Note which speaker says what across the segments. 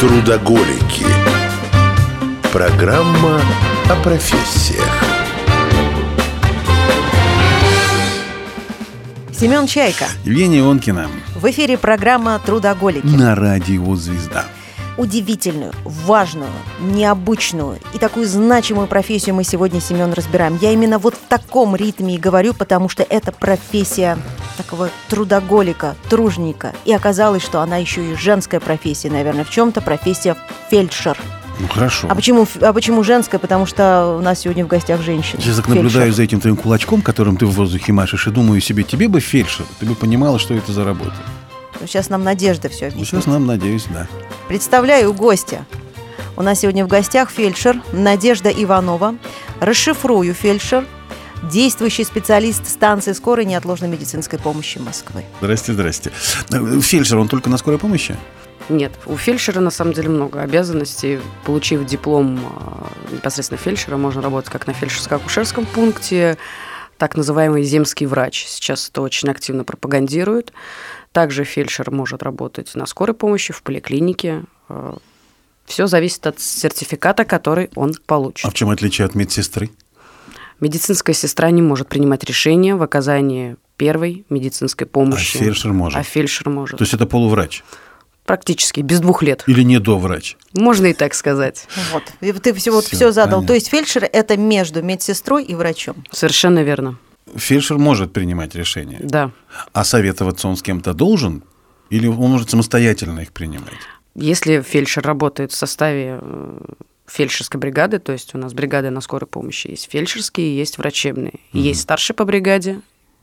Speaker 1: Трудоголики. Программа о профессиях.
Speaker 2: Семен Чайка.
Speaker 3: Евгения Ионкина
Speaker 2: В эфире программа «Трудоголики».
Speaker 3: на радио «Звезда».
Speaker 2: Удивительную, важную, необычную и такую значимую профессию мы сегодня, Семен, разбираем. Я именно вот в таком ритме и говорю, потому что это профессия такого трудоголика, тружника. И оказалось, что она еще и женская профессия, наверное, в чем-то профессия фельдшер.
Speaker 3: Ну хорошо.
Speaker 2: А почему, ф- а почему женская? Потому что у нас сегодня в гостях женщина.
Speaker 3: Я так
Speaker 2: Фельдшер.
Speaker 3: наблюдаю за этим твоим кулачком, которым ты в воздухе машешь, и думаю себе, тебе бы фельдшер, ты бы понимала, что это за работа.
Speaker 2: Сейчас Ну, нам Надежда все
Speaker 3: Ну,
Speaker 2: объяснит.
Speaker 3: сейчас нам, надеюсь, да.
Speaker 2: Представляю гостя. У нас сегодня в гостях фельдшер Надежда Иванова. Расшифрую фельдшер. Действующий специалист станции скорой неотложной медицинской помощи Москвы.
Speaker 3: Здрасте, здрасте. Э, Фельдшер, он только на скорой помощи?
Speaker 4: Нет, у фельдшера на самом деле много обязанностей. Получив диплом э, непосредственно фельдшера, можно работать как на фельдшерско-акушерском пункте, так называемый земский врач. Сейчас это очень активно пропагандируют. Также фельдшер может работать на скорой помощи, в поликлинике. Все зависит от сертификата, который он получит.
Speaker 3: А в чем отличие от медсестры?
Speaker 4: Медицинская сестра не может принимать решения в оказании первой медицинской помощи.
Speaker 3: А фельдшер может.
Speaker 4: А фельдшер может.
Speaker 3: То есть это полуврач?
Speaker 4: Практически, без двух лет.
Speaker 3: Или не доврач?
Speaker 4: Можно и так сказать.
Speaker 2: Вот. И Ты все, вот
Speaker 3: Всё,
Speaker 2: все задал.
Speaker 3: понятно.
Speaker 2: То есть фельдшер – это между медсестрой и врачом.
Speaker 4: Совершенно верно.
Speaker 3: Фельдшер может принимать решения,
Speaker 4: Да.
Speaker 3: а советоваться он с кем-то должен? Или он может самостоятельно их принимать?
Speaker 4: Если фельдшер работает в составе э, фельдшерской бригады, то есть у нас бригады на скорой помощи есть фельдшерские, есть врачебные, И есть старший по бригаде.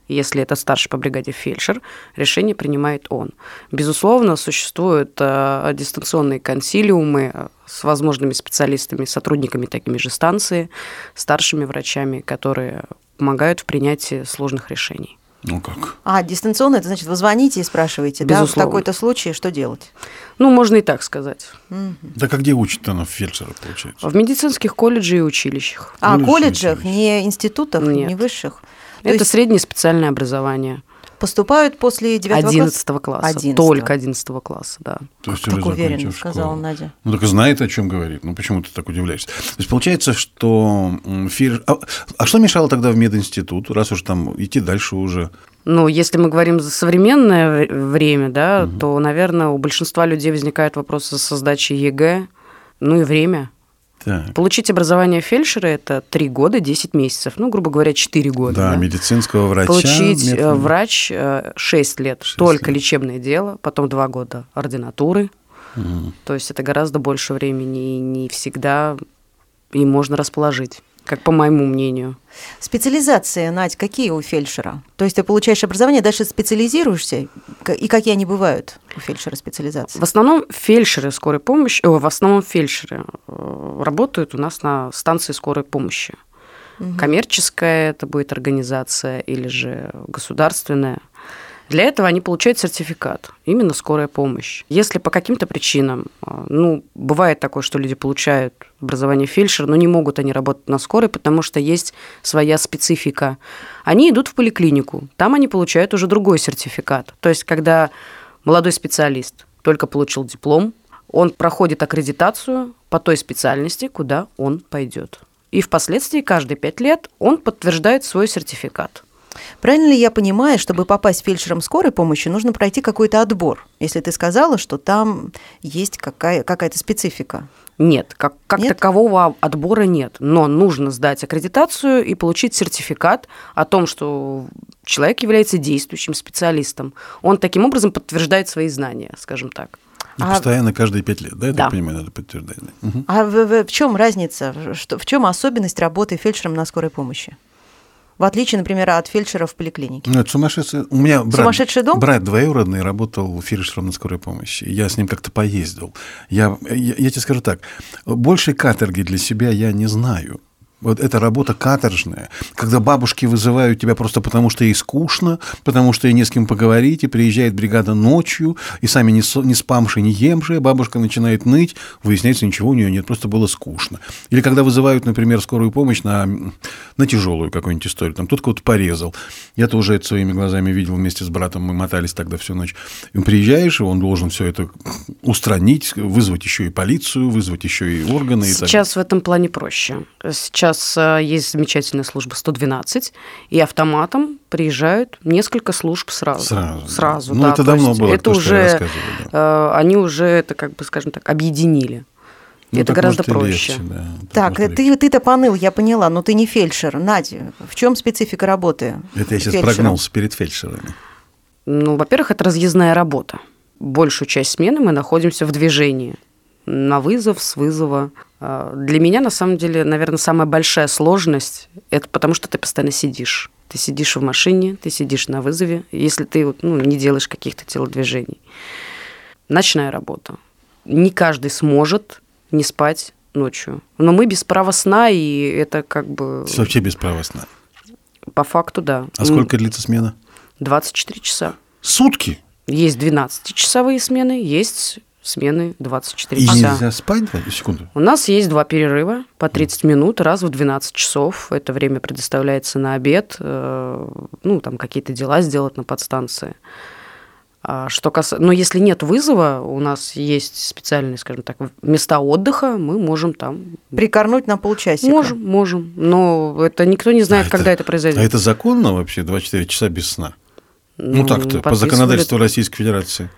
Speaker 4: Если это старший по бригаде фельдшер, решение принимает он. Безусловно, существуют э, дистанционные консилиумы э, с возможными специалистами, сотрудниками такими же станции, старшими врачами, которые помогают в принятии сложных решений.
Speaker 3: Ну как?
Speaker 2: А, дистанционно – это значит, вы звоните и спрашиваете, да, в
Speaker 4: Безусловно.
Speaker 2: такой-то случае, что делать?
Speaker 4: Ну, можно и так сказать.
Speaker 3: Да как где учат-то на фельдшера, получается?
Speaker 4: В медицинских колледжах и училищах.
Speaker 2: А,
Speaker 3: Ну,
Speaker 2: колледжах,
Speaker 3: лишний
Speaker 2: не институтах,
Speaker 4: Нет.
Speaker 2: не высших? То
Speaker 4: Это
Speaker 2: есть
Speaker 4: среднее специальное образование.
Speaker 2: поступают после 9
Speaker 4: 11 класса.
Speaker 2: 11.
Speaker 4: Только 11 класса, да.
Speaker 3: То есть
Speaker 2: Так
Speaker 3: уже
Speaker 2: уверенно
Speaker 3: закончив
Speaker 2: сказала
Speaker 3: школу.
Speaker 2: Надя.
Speaker 3: Ну так и знает, о чем говорит. Ну почему ты так удивляешься? То есть получается, что м, фельдшер... А, а что мешало тогда в мединститут, раз уж там идти дальше уже?
Speaker 4: Ну, если мы говорим за современное вре- время, да, то, наверное, у большинства людей возникают вопросы со сдачей ЕГЭ, ну и время.
Speaker 3: Так.
Speaker 4: Получить образование фельдшера – это 3 года, 10 месяцев, ну, грубо говоря, 4 года.
Speaker 3: да,
Speaker 4: да.
Speaker 3: медицинского врача.
Speaker 4: Получить э,
Speaker 3: медфин-
Speaker 4: врач 6 лет,
Speaker 3: Шесть
Speaker 4: только
Speaker 3: лет.
Speaker 4: лечебное дело, потом 2 года ординатуры.
Speaker 3: Мгм.
Speaker 4: То есть это гораздо больше времени и не всегда и можно расположить, как по моему мнению.
Speaker 2: Специализации, Надь, какие у фельдшера? То есть ты получаешь образование, дальше специализируешься, К- и какие они бывают у фельдшера специализации?
Speaker 4: В основном фельдшеры скорой помощи, о, в основном фельдшеры э, работают у нас на станции скорой помощи. Коммерческая это будет организация или же государственная. Для этого они получают сертификат, именно скорая помощь. Если по каким-то причинам, э, ну, бывает такое, что люди получают образование фельдшера, но не могут они работать на скорой, потому что есть своя специфика. Они идут в поликлинику, там они получают уже другой сертификат. То есть, когда молодой специалист только получил диплом, он проходит аккредитацию по той специальности, куда он пойдет. И впоследствии каждые пять лет он подтверждает свой сертификат.
Speaker 2: Правильно ли я понимаю, чтобы попасть фельдшером скорой помощи, нужно пройти какой-то отбор, если ты сказала, что там есть какая- какая-то специфика?
Speaker 4: Нет, как, как
Speaker 2: Нет?
Speaker 4: такового отбора нет. Но нужно сдать аккредитацию и получить сертификат о том, что человек является действующим специалистом. Он таким образом подтверждает свои знания, скажем так.
Speaker 3: Ну,
Speaker 2: А-
Speaker 3: Постоянно каждые пять лет, да, я
Speaker 4: Да.
Speaker 3: так понимаю, надо подтверждать. да? Мгм.
Speaker 2: А в, в- в чем разница? Что, в чем особенность работы фельдшером на скорой помощи? В отличие, например, от фельдшера в поликлинике.
Speaker 3: Ну, это сумасшедший... У меня брат,
Speaker 2: Сумасшедший дом?
Speaker 3: брат двоюродный работал фельдшером на скорой помощи. Я с ним как-то поездил. Я, я, я тебе скажу так, большей каторги для себя я не знаю. Вот эта работа каторжная, когда бабушки вызывают тебя просто потому, что ей скучно, потому что ей не с кем поговорить, и приезжает бригада ночью, и сами не, со- не спамши, не емши, бабушка начинает ныть, выясняется, ничего у нее нет, просто было скучно. Или когда вызывают, например, скорую помощь на, на тяжелую какую-нибудь историю, там тут кого-то порезал. Я тоже это своими глазами видел вместе с братом, мы мотались тогда всю ночь. И приезжаешь, и он должен все это устранить, вызвать еще и полицию, вызвать еще и органы. и так далее.
Speaker 4: Сейчас в этом плане проще. Сейчас э, есть замечательная служба 112, и автоматом приезжают несколько служб сразу.
Speaker 3: Сразу, да.
Speaker 4: Сразу,
Speaker 3: Ну,
Speaker 4: да.
Speaker 3: это
Speaker 4: То
Speaker 3: давно
Speaker 4: есть
Speaker 3: было,
Speaker 4: Это
Speaker 3: то, что я
Speaker 4: уже,
Speaker 3: рассказывал,
Speaker 4: э, они уже это, как бы, скажем так, объединили. И
Speaker 3: Ну,
Speaker 4: это
Speaker 3: так,
Speaker 4: гораздо
Speaker 3: может, и
Speaker 4: проще.
Speaker 3: легче, да.
Speaker 2: Так,
Speaker 3: может, и
Speaker 2: ты, ты-то поныл, я поняла, но ты не фельдшер. Надя, в чем специфика работы?
Speaker 3: Это я сейчас
Speaker 2: фельдшера?
Speaker 3: прогнулся перед фельдшерами.
Speaker 4: Ну, во-первых, это разъездная работа. Большую часть смены мы находимся в движении. На вызов, с вызова. Э, Для меня, на самом деле, наверное, самая большая сложность – это потому, что ты постоянно сидишь. Ты сидишь в машине, ты сидишь на вызове, если ты вот, ну, не делаешь каких-то телодвижений. Ночная работа. Не каждый сможет не спать ночью. Но мы без права сна, и это как бы
Speaker 3: Это вообще без права сна.
Speaker 4: по факту, да.
Speaker 3: А сколько длится смена?
Speaker 4: 24 часа.
Speaker 3: Сутки.
Speaker 4: Есть 12-часовые смены, есть смены 24
Speaker 3: И
Speaker 4: часа.
Speaker 3: нельзя спать? два- Секунду.
Speaker 4: У нас есть два перерыва по 30 минут раз в 12 часов. Это время предоставляется на обед, э, ну, там какие-то дела сделать на подстанции. А Что кас... Но если нет вызова, у нас есть специальные, скажем так, места отдыха, мы можем там...
Speaker 2: Прикорнуть на полчасика.
Speaker 4: Можем, можем. Но это никто не знает,
Speaker 3: А
Speaker 4: когда это, произойдет.
Speaker 3: А это законно вообще 24 часа без сна? Ну, так-то, по
Speaker 4: подписывали-
Speaker 3: законодательству Российской Федерации.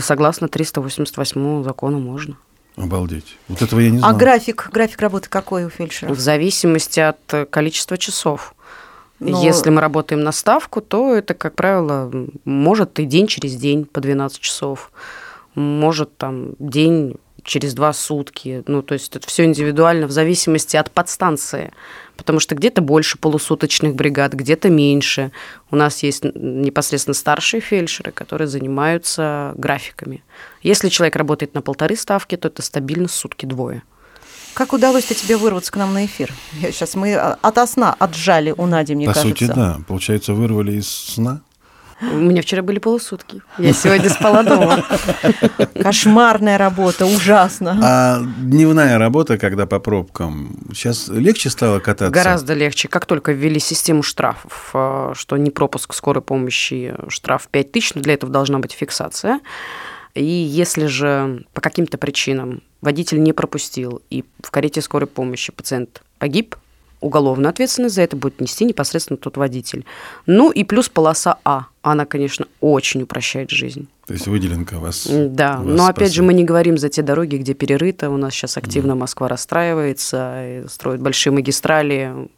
Speaker 4: Согласно 388 закону можно.
Speaker 3: Обалдеть. Вот этого я не
Speaker 2: А
Speaker 3: знал.
Speaker 2: график, график работы какой у фельдшера?
Speaker 4: В зависимости от э, количества часов.
Speaker 2: Ну,
Speaker 4: Если мы работаем на ставку, то это, как правило, м, может и день через день по 12 часов, может там день через два сутки. Ну, то есть это все индивидуально в зависимости от подстанции. Потому что где-то больше полусуточных бригад, где-то меньше. У нас есть н- непосредственно старшие фельдшеры, которые занимаются графиками. Если человек работает на полторы ставки, то это стабильно сутки двое.
Speaker 2: Как удалось-то тебе вырваться к нам на эфир? Сейчас мы а, ото сна отжали у Нади, мне
Speaker 3: По
Speaker 2: кажется.
Speaker 3: сути, да. Получается, вырвали из сна.
Speaker 4: У меня вчера были полусутки. Я сегодня спала дома.
Speaker 2: Кошмарная работа, ужасно.
Speaker 3: А дневная работа, когда по пробкам, сейчас легче стало кататься?
Speaker 4: Гораздо легче. Как только ввели систему штрафов, э, что не пропуск скорой помощи, штраф 5 тысяч, но для этого должна быть фиксация. И если же по каким-то причинам водитель не пропустил, и в карете скорой помощи пациент погиб, уголовную ответственность за это будет нести непосредственно тот водитель. Ну и плюс полоса А. Она, конечно, очень упрощает жизнь.
Speaker 3: То есть выделенка вас
Speaker 4: Да,
Speaker 3: вас
Speaker 4: но опять же
Speaker 3: спасла.
Speaker 4: мы не говорим за те дороги, где перерыто. У нас сейчас активно Москва расстраивается, и строят большие магистрали,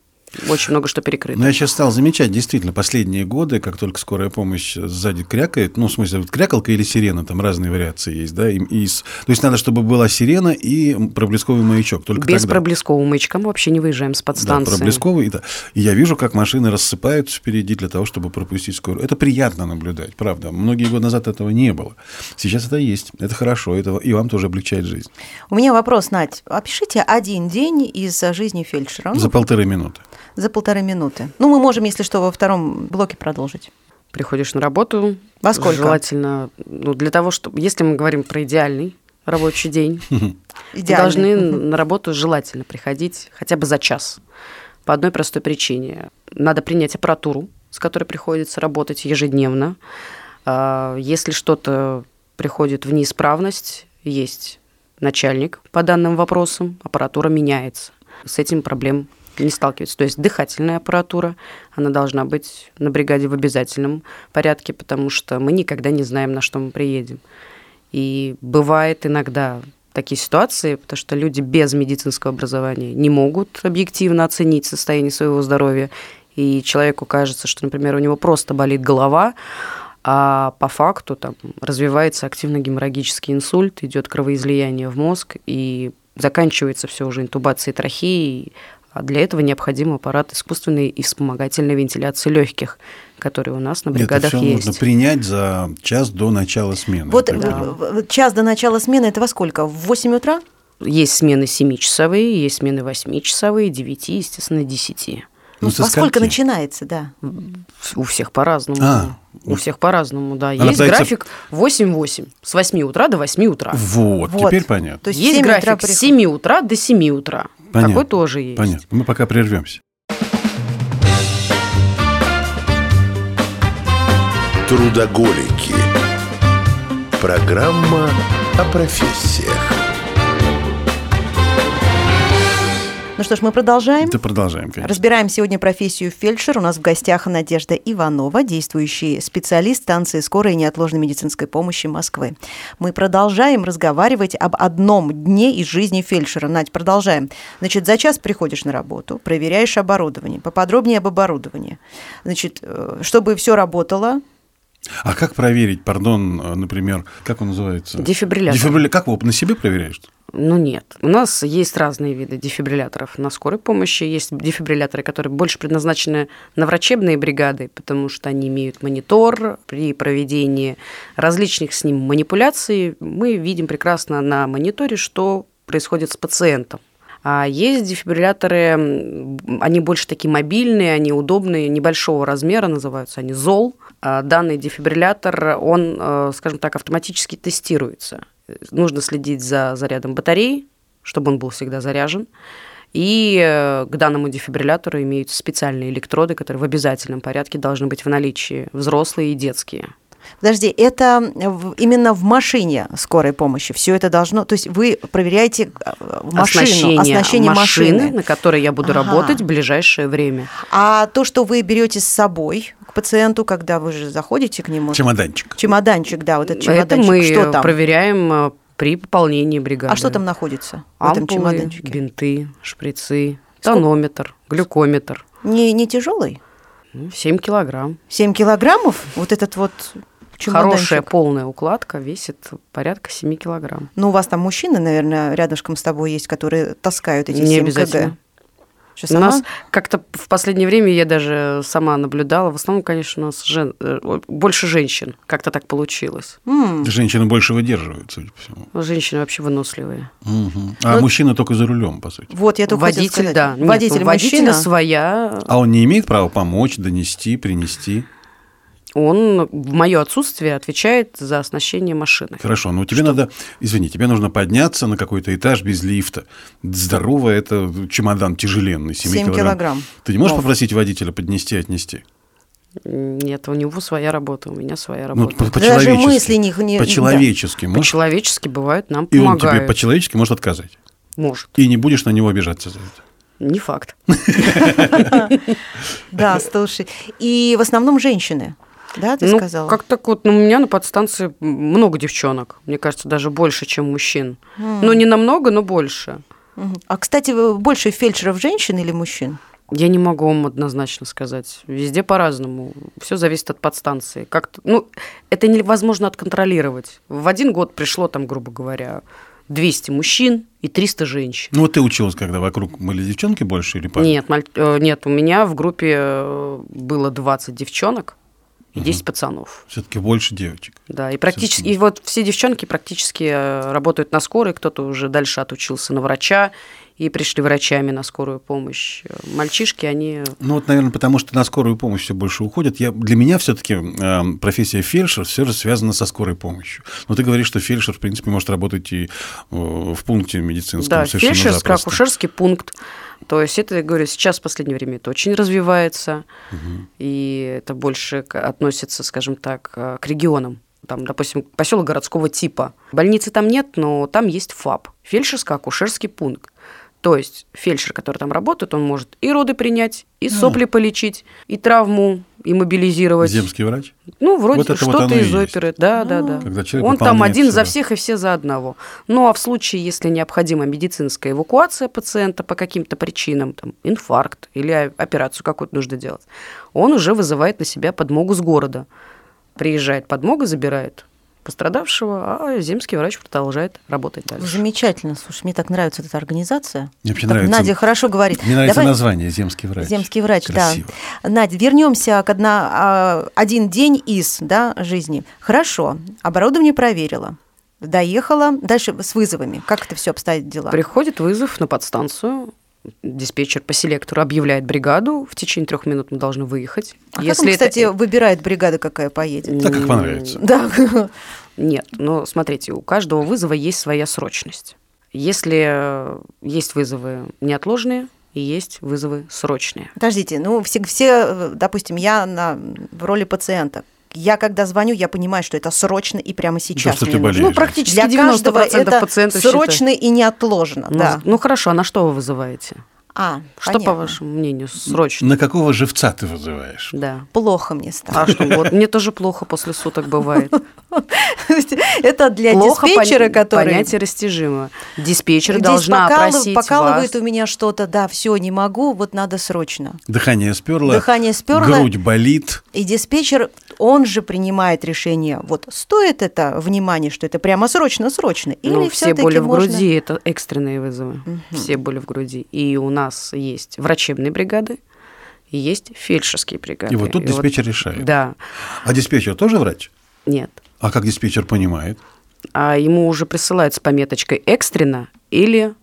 Speaker 4: очень много что перекрыто.
Speaker 3: Но Ну, я сейчас стал замечать, действительно, последние годы, как только скорая помощь сзади крякает, ну, в смысле, вот крякалка или сирена, там разные вариации есть, да, и, и с- то есть надо, чтобы была сирена и проблесковый маячок, только
Speaker 4: Без
Speaker 3: тогда.
Speaker 4: проблескового маячка мы вообще не выезжаем с
Speaker 3: Да,
Speaker 4: подстанции.
Speaker 3: проблесковый, и да. И я вижу, как машины рассыпаются впереди для того, чтобы пропустить скорую. Это приятно наблюдать, правда. Многие годы назад этого не было. Сейчас это есть, это хорошо, это и вам тоже облегчает жизнь.
Speaker 2: У меня вопрос, Надь. Опишите один день из э, жизни фельдшера ну,
Speaker 3: За полторы минуты.
Speaker 2: за полторы минуты. Ну, мы можем, если что, во втором блоке продолжить.
Speaker 4: Приходишь на работу.
Speaker 2: Во сколько?
Speaker 4: Желательно, ну, для того, чтобы... Если мы говорим про идеальный рабочий день,
Speaker 2: Идеальный.
Speaker 4: Должны на работу желательно приходить хотя бы за час. По одной простой причине. Надо принять аппаратуру, с которой приходится работать ежедневно. А, Если что-то приходит в неисправность, есть начальник по данным вопросам, аппаратура меняется. С этим проблем не сталкиваются. То есть дыхательная аппаратура, она должна быть на бригаде в обязательном порядке, потому что мы никогда не знаем, на что мы приедем. И бывает иногда такие ситуации, потому что люди без медицинского образования не могут объективно оценить состояние своего здоровья. И человеку кажется, что, например, у него просто болит голова, а по факту там развивается активно геморрагический инсульт, идет кровоизлияние в мозг, и заканчивается все уже интубацией трахеи. А для этого необходим аппарат искусственной и вспомогательной вентиляции легких, который у нас на бригадах
Speaker 3: это все
Speaker 4: есть.
Speaker 3: нужно принять за час до начала смены. Ну,
Speaker 2: Вот
Speaker 3: я так
Speaker 2: э,
Speaker 3: понимаю.
Speaker 2: э, час до начала смены это во сколько? В 8 утра?
Speaker 4: Есть смены 7-часовые, есть смены 8-часовые, 9, естественно, 10.
Speaker 2: Ну,
Speaker 3: Ну, со
Speaker 2: во сколько
Speaker 3: скольки?
Speaker 2: начинается, да?
Speaker 4: У всех по-разному.
Speaker 3: А.
Speaker 4: у всех по-разному, да.
Speaker 3: Она
Speaker 4: Есть
Speaker 3: зайца-
Speaker 4: график 8-8. С 8 утра до 8 утра.
Speaker 3: Вот,
Speaker 2: Вот.
Speaker 3: теперь понятно.
Speaker 2: То есть,
Speaker 4: есть
Speaker 2: в 7 утра
Speaker 4: график с
Speaker 2: приход-
Speaker 4: 7 утра до 7 утра.
Speaker 3: Понятно.
Speaker 4: Такой тоже есть.
Speaker 3: Понятно. Мы пока прервемся.
Speaker 1: Трудоголики. Программа о профессиях.
Speaker 2: Ну что ж, мы продолжаем.
Speaker 3: Да продолжаем, конечно.
Speaker 2: Разбираем сегодня профессию фельдшер. У нас в гостях Надежда Иванова, действующий специалист станции скорой и неотложной медицинской помощи Москвы. Мы продолжаем разговаривать об одном дне из жизни фельдшера. Надь, продолжаем. Значит, за час приходишь на работу, проверяешь оборудование. Поподробнее об оборудовании. Значит, э, чтобы все работало,
Speaker 3: А как проверить, пардон, э, например, как он называется?
Speaker 4: Дефибриллятор.
Speaker 3: Дефибрилля- Как его на себе проверяешь?
Speaker 4: Ну нет. У нас есть разные виды дефибрилляторов на скорой помощи. Есть дефибрилляторы, которые больше предназначены на врачебные бригады, потому что они имеют монитор. При проведении различных с ним манипуляций мы видим прекрасно на мониторе, что происходит с пациентом. А есть дефибрилляторы, м, они больше такие мобильные, они удобные, небольшого размера, называются они ЗОЛ. А Данный дефибриллятор, он, э, скажем так, автоматически тестируется. Нужно следить за зарядом батарей, чтобы он был всегда заряжен. И э, к данному дефибриллятору имеются специальные электроды, которые в обязательном порядке должны быть в наличии, взрослые и детские.
Speaker 2: Подожди, это в- именно в машине скорой помощи. Все это должно. То есть вы проверяете э, машину,
Speaker 4: Оснащение,
Speaker 2: оснащение
Speaker 4: машины,
Speaker 2: машины.
Speaker 4: на которой я буду
Speaker 2: Ага.
Speaker 4: работать в ближайшее время.
Speaker 2: А то, что вы берете с собой к пациенту, когда вы же заходите к нему.
Speaker 3: Чемоданчик.
Speaker 2: Чемоданчик, да, вот этот
Speaker 4: Это
Speaker 2: чемоданчик.
Speaker 4: мы
Speaker 2: что там?
Speaker 4: проверяем э, при пополнении бригады.
Speaker 2: А что там находится в этом
Speaker 4: Ампулы,
Speaker 2: чемоданчике?
Speaker 4: бинты, шприцы,
Speaker 2: Сколько-
Speaker 4: тонометр, глюкометр.
Speaker 2: Не, не тяжелый?
Speaker 4: 7 килограмм.
Speaker 2: 7 килограммов? Вот этот вот чемоданчик.
Speaker 4: Хорошая полная укладка весит порядка 7 килограмм.
Speaker 2: Ну, у вас там мужчины, наверное, рядышком с тобой есть, которые таскают эти
Speaker 4: Не
Speaker 2: 7
Speaker 4: обязательно.
Speaker 2: кг. Что,
Speaker 4: У
Speaker 2: сама?
Speaker 4: нас как-то в последнее время я даже сама наблюдала. В основном, конечно, у нас жен- э, о- больше женщин. Как-то так получилось.
Speaker 2: М.
Speaker 3: Женщины больше выдерживают, судя по всему.
Speaker 4: Женщины вообще выносливые.
Speaker 3: Мгм. А
Speaker 2: Ну,
Speaker 3: мужчина только за рулем, по сути.
Speaker 2: Вот, я только хотела
Speaker 4: водитель,
Speaker 2: сказать.
Speaker 4: да. Нет,
Speaker 2: Водитель,
Speaker 4: у водителя
Speaker 2: мужчина.
Speaker 4: своя.
Speaker 3: А он не имеет права помочь, донести, принести.
Speaker 4: Он в мое отсутствие отвечает за оснащение машины.
Speaker 3: Хорошо, но тебе надо, извини, тебе нужно подняться на какой-то этаж без лифта. Здорово, это чемодан тяжеленный, 7,
Speaker 2: Семь килограмм.
Speaker 3: Ты не можешь
Speaker 2: Ов.
Speaker 3: попросить водителя поднести, отнести?
Speaker 4: Нет, у него своя работа, у меня своя
Speaker 3: Ну,
Speaker 4: работа.
Speaker 3: по-
Speaker 2: Даже
Speaker 3: по-человечески.
Speaker 2: мысли не... не-
Speaker 3: По-человечески. можешь?
Speaker 4: По-человечески бывает, нам
Speaker 3: И он тебе
Speaker 4: помогают.
Speaker 3: по-человечески может отказать.
Speaker 4: Может.
Speaker 3: И не будешь на него обижаться за это.
Speaker 4: Не факт.
Speaker 2: Да, слушай. И в основном женщины, да, ты
Speaker 4: ну,
Speaker 2: сказала?
Speaker 4: как так вот, ну, у меня на подстанции много девчонок. Мне кажется, даже больше, чем мужчин. Ну, не намного, но больше.
Speaker 2: Мгм. А, кстати, вы больше фельдшеров женщин или мужчин?
Speaker 4: Я не могу вам однозначно сказать. Везде по-разному. Все зависит от подстанции. Как ну, это невозможно отконтролировать. В один год пришло там, грубо говоря, 200 мужчин и 300 женщин.
Speaker 3: Ну, вот ты училась, когда вокруг были девчонки больше или парни?
Speaker 4: Нет, маль- э, нет, у меня в группе э, было 20 девчонок и 10 пацанов.
Speaker 3: Все-таки больше девочек.
Speaker 4: Да, и практически,
Speaker 3: Всё-таки.
Speaker 4: и вот все девчонки практически э, работают на скорой, кто-то уже дальше отучился на врача и пришли врачами на скорую помощь. Э, Мальчишки, они
Speaker 3: Ну, вот, наверное, потому что на скорую помощь все больше уходят. Я, для меня все-таки профессия фельдшер все же связана со скорой помощью. Но ты говоришь, что фельдшер, в принципе, может работать и э, в пункте медицинском
Speaker 4: Да,
Speaker 3: совершенно
Speaker 4: фельдшерский,
Speaker 3: запросто.
Speaker 4: акушерский пункт. То есть это, я говорю, сейчас в последнее время это очень развивается, и это больше к- относится, скажем так, э, к регионам. Там, допустим, поселок городского типа. Больницы там нет, но там есть ФАП, фельдшерско-акушерский пункт. То есть фельдшер, который там работает, он может и роды принять, и сопли полечить, и травму иммобилизировать.
Speaker 3: Земский врач?
Speaker 4: Ну, вроде
Speaker 3: Вот это вот
Speaker 4: что-то
Speaker 3: оно и
Speaker 4: из
Speaker 3: есть. Ну,
Speaker 4: оперы. Да, да, да.
Speaker 3: Когда человек
Speaker 4: Он там
Speaker 3: выполняет
Speaker 4: один
Speaker 3: всё,
Speaker 4: за
Speaker 3: да.
Speaker 4: всех и все за одного. Ну, а в случае, если необходима медицинская эвакуация пациента по каким-то причинам, там, инфаркт или о- операцию какую-то нужно делать, он уже вызывает на себя подмогу с города. Приезжает подмога, забирает пострадавшего, а земский врач продолжает работать дальше.
Speaker 2: Замечательно, слушай, мне так нравится эта организация.
Speaker 3: Мне вообще
Speaker 2: Так
Speaker 3: нравится.
Speaker 2: Надя хорошо говорит.
Speaker 3: Мне нравится
Speaker 2: Давай-
Speaker 3: название «Земский врач».
Speaker 2: Земский врач,
Speaker 3: Красиво.
Speaker 2: да. Надя, вернемся к одна, а, один день из да, жизни. Хорошо, оборудование проверила. доехала. Дальше с вызовами. Как это все обстоят дела? А
Speaker 4: Приходит вызов на подстанцию, диспетчер по селектору объявляет бригаду, в течение трех минут мы должны выехать.
Speaker 2: А как он,
Speaker 4: это-
Speaker 2: кстати, выбирает бригада, какая поедет?
Speaker 3: Так, как понравится.
Speaker 2: Да.
Speaker 4: Нет, но смотрите, у каждого вызова есть своя срочность. Если э, есть вызовы неотложные, и есть вызовы срочные.
Speaker 2: Подождите, ну все, все, э, допустим, я на, в роли пациента. Я когда звоню, я понимаю, что это срочно и прямо сейчас.
Speaker 3: что
Speaker 2: мне
Speaker 3: ты
Speaker 2: нужно.
Speaker 3: болеешь. Ну,
Speaker 4: практически
Speaker 2: Для каждого
Speaker 4: 90%
Speaker 2: это
Speaker 4: пациентов
Speaker 2: срочно и неотложно.
Speaker 4: Ну,
Speaker 2: да.
Speaker 4: Ну хорошо, а на что вы вызываете?
Speaker 2: А,
Speaker 4: Что,
Speaker 2: понятно.
Speaker 4: по вашему мнению, срочно?
Speaker 3: На какого живца ты вызываешь?
Speaker 4: Да.
Speaker 2: Плохо мне
Speaker 4: А
Speaker 2: стало.
Speaker 4: что, вот мне тоже плохо после суток бывает.
Speaker 2: Это для
Speaker 4: А. плохо
Speaker 2: диспетчера,
Speaker 4: пон-
Speaker 2: который
Speaker 4: Понятие растяжимо. Диспетчер
Speaker 2: Здесь
Speaker 4: должна
Speaker 2: покалыв-
Speaker 4: опросить
Speaker 2: покалывает
Speaker 4: вас.
Speaker 2: у меня что-то, да, все, не могу, вот надо срочно.
Speaker 3: Дыхание сперло.
Speaker 2: Дыхание сперло.
Speaker 3: Грудь болит.
Speaker 2: И диспетчер, он же принимает решение, вот стоит это внимание, что это прямо срочно, срочно, или
Speaker 4: Ну, все
Speaker 2: всё-таки
Speaker 4: боли в
Speaker 2: можно-
Speaker 4: груди это экстренные вызовы. Все боли в груди. И у нас есть врачебные бригады, и есть фельдшерские бригады.
Speaker 3: И вот тут диспетчер решает.
Speaker 4: Да,
Speaker 3: А диспетчер тоже врач?
Speaker 4: нет.
Speaker 3: А как диспетчер понимает?
Speaker 4: А ему уже присылают с пометочкой экстренно или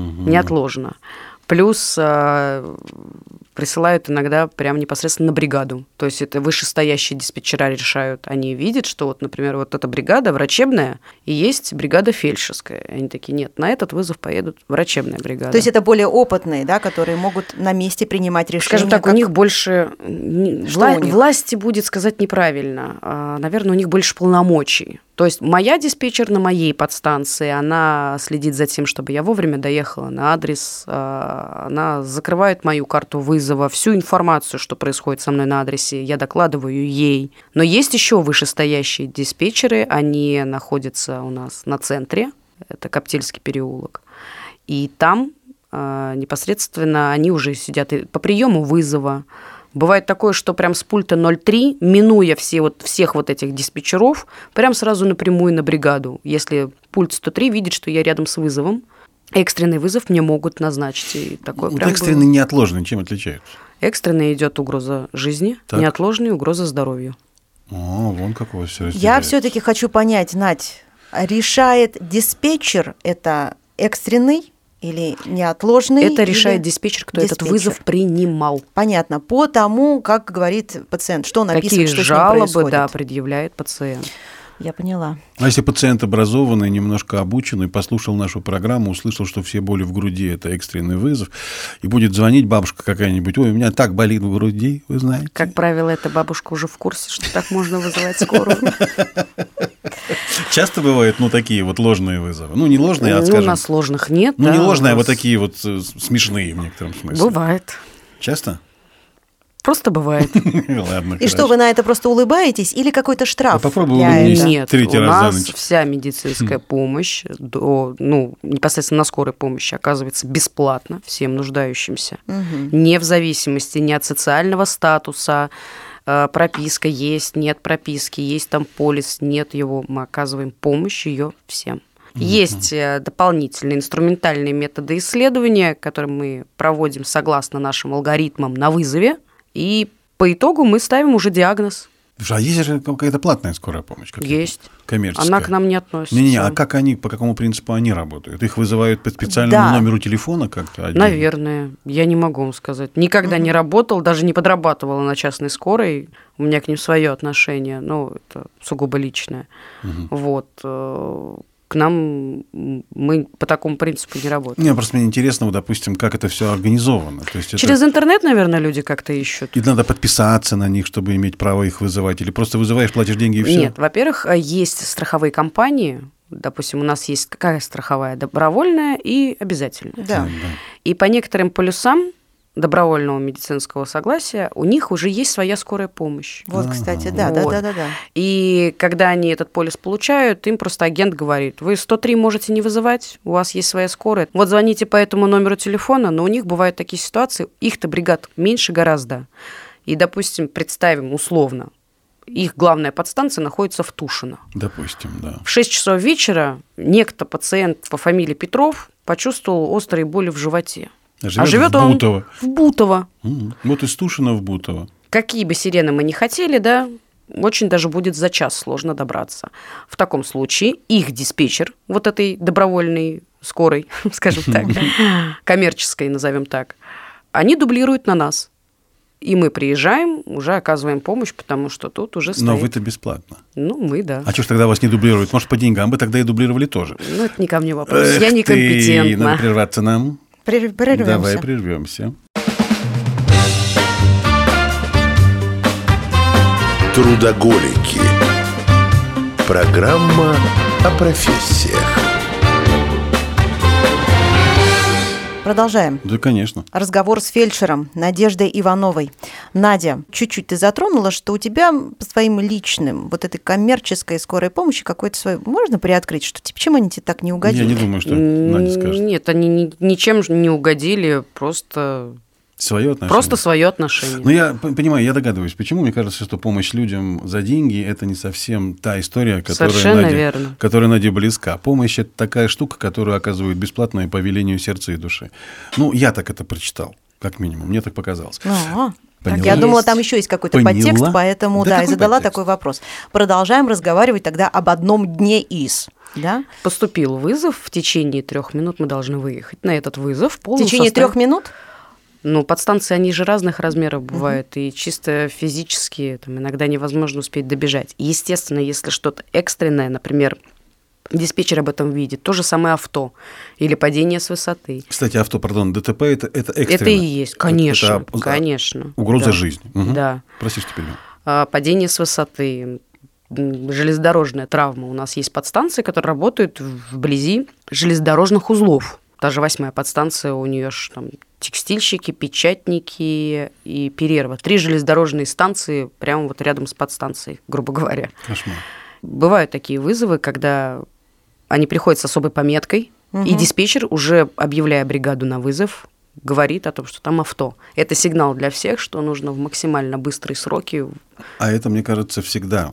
Speaker 4: неотложно. Плюс а, присылают иногда прям непосредственно на бригаду. То есть это вышестоящие диспетчера решают. Они видят, что вот, например, вот эта бригада врачебная, и есть бригада фельдшерская. Они такие, нет, на этот вызов поедут врачебная бригада.
Speaker 2: То есть это более опытные, да, которые могут на месте принимать решение.
Speaker 4: Скажем так, у
Speaker 2: как-
Speaker 4: них больше не-
Speaker 2: Что
Speaker 4: вла-
Speaker 2: у них?
Speaker 4: власти будет сказать неправильно. А, Наверное, у них больше полномочий. То есть моя диспетчер на моей подстанции, она следит за тем, чтобы я вовремя доехала на адрес, а, она закрывает мою карту вызова, всю информацию, что происходит со мной на адресе, я докладываю ей. Но есть еще вышестоящие диспетчеры, они находятся у нас на центре, это Коптельский переулок. И там а, непосредственно они уже сидят и по приему вызова. Бывает такое, что прям с пульта 03, минуя все вот, всех вот этих диспетчеров, прям сразу напрямую на бригаду. Если пульт 103 видит, что я рядом с вызовом, экстренный вызов мне могут назначить. И такое
Speaker 3: Вот
Speaker 4: прям
Speaker 3: экстренный
Speaker 4: было.
Speaker 3: неотложный чем отличаются?
Speaker 4: Экстренный идет угроза жизни,
Speaker 3: Так.
Speaker 4: неотложная угроза здоровью.
Speaker 3: О, А, вон какого все
Speaker 2: Я все-таки хочу понять, Надь, решает диспетчер это экстренный или неотложный?
Speaker 4: Это
Speaker 2: или-
Speaker 4: решает диспетчер, кто этот
Speaker 2: Ну диспетчер.
Speaker 4: вызов принимал.
Speaker 2: Понятно, по тому, как говорит пациент, что написано,
Speaker 4: Какие
Speaker 2: что с ним
Speaker 4: жалобы
Speaker 2: происходит.
Speaker 4: да, предъявляет пациент.
Speaker 2: Я поняла.
Speaker 3: А если пациент образованный, немножко обученный, послушал нашу программу, услышал, что все боли в груди – это экстренный вызов, и будет звонить бабушка какая-нибудь, ой, у меня так болит в груди, вы знаете.
Speaker 4: Как правило, эта бабушка уже в курсе, что так можно вызывать скорую.
Speaker 3: Часто бывают, ну, такие вот ложные вызовы? Ну, не ложные, а,
Speaker 4: Ну, у
Speaker 3: скажем,
Speaker 4: нас ложных нет.
Speaker 3: ну, не
Speaker 4: да, у
Speaker 3: ложные, а вот
Speaker 4: нас
Speaker 3: такие вот э, смешные в некотором смысле.
Speaker 4: Бывает.
Speaker 3: Часто?
Speaker 4: Просто бывает.
Speaker 3: Ладно,
Speaker 2: И что, вы на это просто улыбаетесь или какой-то штраф?
Speaker 3: Я попробую
Speaker 2: для
Speaker 3: Ну, улыбнись.
Speaker 2: этого?
Speaker 4: Нет,
Speaker 3: Третий
Speaker 4: у
Speaker 3: раз за
Speaker 4: нас
Speaker 3: ночь. Хм.
Speaker 4: вся медицинская помощь, до, ну, непосредственно на скорой помощи, оказывается бесплатно всем нуждающимся.
Speaker 2: Мгм.
Speaker 4: Не в зависимости ни от социального статуса, э, прописка есть, нет прописки, есть там полис, нет его, мы оказываем помощь ее всем. Есть э, дополнительные инструментальные методы исследования, которые мы проводим согласно нашим алгоритмам на вызове, и по итогу мы ставим уже диагноз.
Speaker 3: Слушай, а есть же какая-то платная скорая помощь? какая-то?
Speaker 4: Есть.
Speaker 3: Коммерческая.
Speaker 4: Она к нам не относится.
Speaker 3: Не-не, а как они, по какому принципу они работают? Их вызывают по специальному
Speaker 2: Да.
Speaker 3: номеру телефона как-то? отдельно?
Speaker 4: Наверное, я не могу вам сказать. Никогда не работал, даже не подрабатывала на частной скорой. У меня к ним свое отношение, ну, это сугубо личное. Вот. э, К нам м, мы по такому принципу не работаем.
Speaker 3: Не, просто мне интересно, вот, допустим, как это все организовано. То есть это-
Speaker 4: Через интернет, наверное, люди как-то ищут.
Speaker 3: И надо подписаться на них, чтобы иметь право их вызывать? Или просто вызываешь, платишь деньги и все?
Speaker 4: Нет, во-первых, э, есть страховые компании. Допустим, у нас есть какая страховая? Добровольная и обязательная.
Speaker 2: Да.
Speaker 3: Ну,
Speaker 4: И по некоторым полюсам добровольного медицинского согласия у них уже есть своя скорая помощь.
Speaker 2: Вот, кстати, да, да,
Speaker 4: Вот.
Speaker 2: да, да, да.
Speaker 4: И когда они этот полис получают, им просто агент говорит, вы 103 можете не вызывать, у вас есть своя скорая. Вот звоните по этому номеру телефона, но у них бывают такие ситуации, их-то бригад меньше гораздо. И, допустим, представим условно, их главная подстанция находится в Тушино.
Speaker 3: Допустим, да.
Speaker 4: В 6 часов вечера некто пациент по фамилии Петров почувствовал острые боли в животе. а живет
Speaker 3: в
Speaker 4: он
Speaker 3: Бутово.
Speaker 4: в Бутово.
Speaker 3: М, Вот из Тушина в Бутово.
Speaker 4: Какие бы сирены мы не хотели, да, очень даже будет за час сложно добраться. В таком случае их диспетчер вот этой добровольной скорой, скажем так, коммерческой, назовем так, они дублируют на нас. И мы приезжаем, уже оказываем помощь, потому что тут уже стоит...
Speaker 3: Но вы-то бесплатно.
Speaker 4: Ну, мы, да.
Speaker 3: А что ж тогда вас не дублируют? Может, по деньгам бы тогда и дублировали тоже.
Speaker 4: Ну, это не ко мне вопрос. Я
Speaker 3: Эх ты,
Speaker 4: некомпетентна.
Speaker 3: Надо прерваться нам.
Speaker 2: Прер- Прервемся.
Speaker 3: Давай прервемся.
Speaker 1: Трудоголики. Программа о профессиях.
Speaker 2: Продолжаем.
Speaker 3: Да, конечно.
Speaker 2: Разговор с фельдшером Надеждой Ивановой. Надя, чуть-чуть ты затронула, что у тебя по своим личным, вот этой коммерческой скорой помощи какой-то свой... Можно приоткрыть, что типа, чем они тебе так не
Speaker 3: Я не
Speaker 2: угодили?
Speaker 3: думаю, что Надя скажет.
Speaker 4: Нет, они ни- ничем ж не угодили, просто,
Speaker 3: Свое отношение.
Speaker 4: просто свое отношение.
Speaker 3: Ну, я п- понимаю, я догадываюсь, почему. Мне кажется, что помощь людям за деньги – это не совсем та история, которая,
Speaker 4: Совершенно
Speaker 3: Наде,
Speaker 4: верно.
Speaker 3: которая Наде близка. Помощь – это такая штука, которую оказывают бесплатно и по велению сердца и души. Ну, я так это прочитал, как минимум. Мне так показалось.
Speaker 4: Ну,
Speaker 2: А,
Speaker 3: Поняла.
Speaker 2: Я
Speaker 4: есть.
Speaker 2: думала, там еще есть какой-то
Speaker 3: Поняла.
Speaker 2: подтекст, поэтому
Speaker 3: Да
Speaker 2: да, и
Speaker 3: какой
Speaker 2: задала
Speaker 3: подтекст?
Speaker 2: такой вопрос. Продолжаем разговаривать тогда об одном дне из. Да?
Speaker 4: Поступил вызов, в течение трех минут мы должны выехать на этот вызов.
Speaker 2: В течение трех минут?
Speaker 4: Ну, подстанции, они же разных размеров бывают, и чисто физически там, иногда невозможно успеть добежать. И, естественно, если что-то экстренное, например, диспетчер об этом видит, то же самое авто или падение с высоты.
Speaker 3: Кстати, авто, пардон, ДТП – это, это экстренно.
Speaker 4: Это и есть, конечно,
Speaker 3: Это, а,
Speaker 4: конечно.
Speaker 3: Угроза
Speaker 4: Да.
Speaker 3: жизни. Мгм.
Speaker 4: Да.
Speaker 3: Прости, что перебил.
Speaker 4: А, падение с высоты, м, железнодорожная травма. У нас есть подстанции, которые работают в- вблизи железнодорожных узлов. Даже восьмая подстанция, у нее ж там текстильщики, печатники и Перерва. Три железнодорожные станции прямо вот рядом с подстанцией, грубо говоря.
Speaker 3: Кошмар.
Speaker 4: Бывают такие вызовы, когда они приходят с особой пометкой, и диспетчер, уже объявляя бригаду на вызов, говорит о том, что там авто. Это сигнал для всех, что нужно в максимально быстрые сроки
Speaker 3: А это, мне кажется, всегда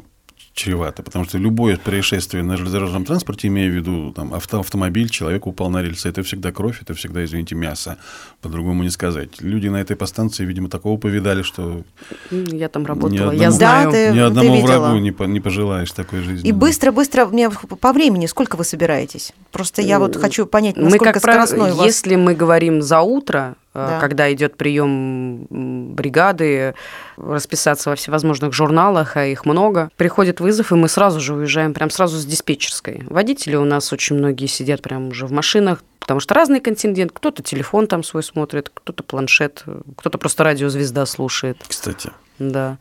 Speaker 3: чревато, потому что любое происшествие на железнодорожном транспорте, имея в виду там, авто, автомобиль, человек упал на рельсы, это всегда кровь, это всегда, извините, мясо, по-другому не сказать. Люди на этой подстанции, видимо, такого повидали, что
Speaker 4: М, Я там
Speaker 3: ни
Speaker 4: работала,
Speaker 3: одному,
Speaker 4: я
Speaker 2: Да,
Speaker 4: знаю.
Speaker 2: ты-
Speaker 3: ни одному
Speaker 2: видела.
Speaker 3: врагу не, по- не пожелаешь такой жизни.
Speaker 2: И
Speaker 3: Да.
Speaker 2: быстро-быстро, мне по времени сколько вы собираетесь? Просто я
Speaker 3: Э,
Speaker 2: вот хочу понять,
Speaker 4: Мы,
Speaker 2: насколько
Speaker 4: как
Speaker 2: скоростной
Speaker 4: правило,
Speaker 2: у вас.
Speaker 4: если мы говорим за утро, э,
Speaker 2: Да.
Speaker 4: когда идет прием м, бригады, расписаться во всевозможных журналах, а их много, приходит вызов, и мы сразу же уезжаем, прям сразу с диспетчерской. Водители у нас очень многие сидят прям уже в машинах, потому что разный контингент, кто-то телефон там свой смотрит, кто-то планшет, э, кто-то просто радиозвезда слушает.
Speaker 3: Кстати,
Speaker 4: Да.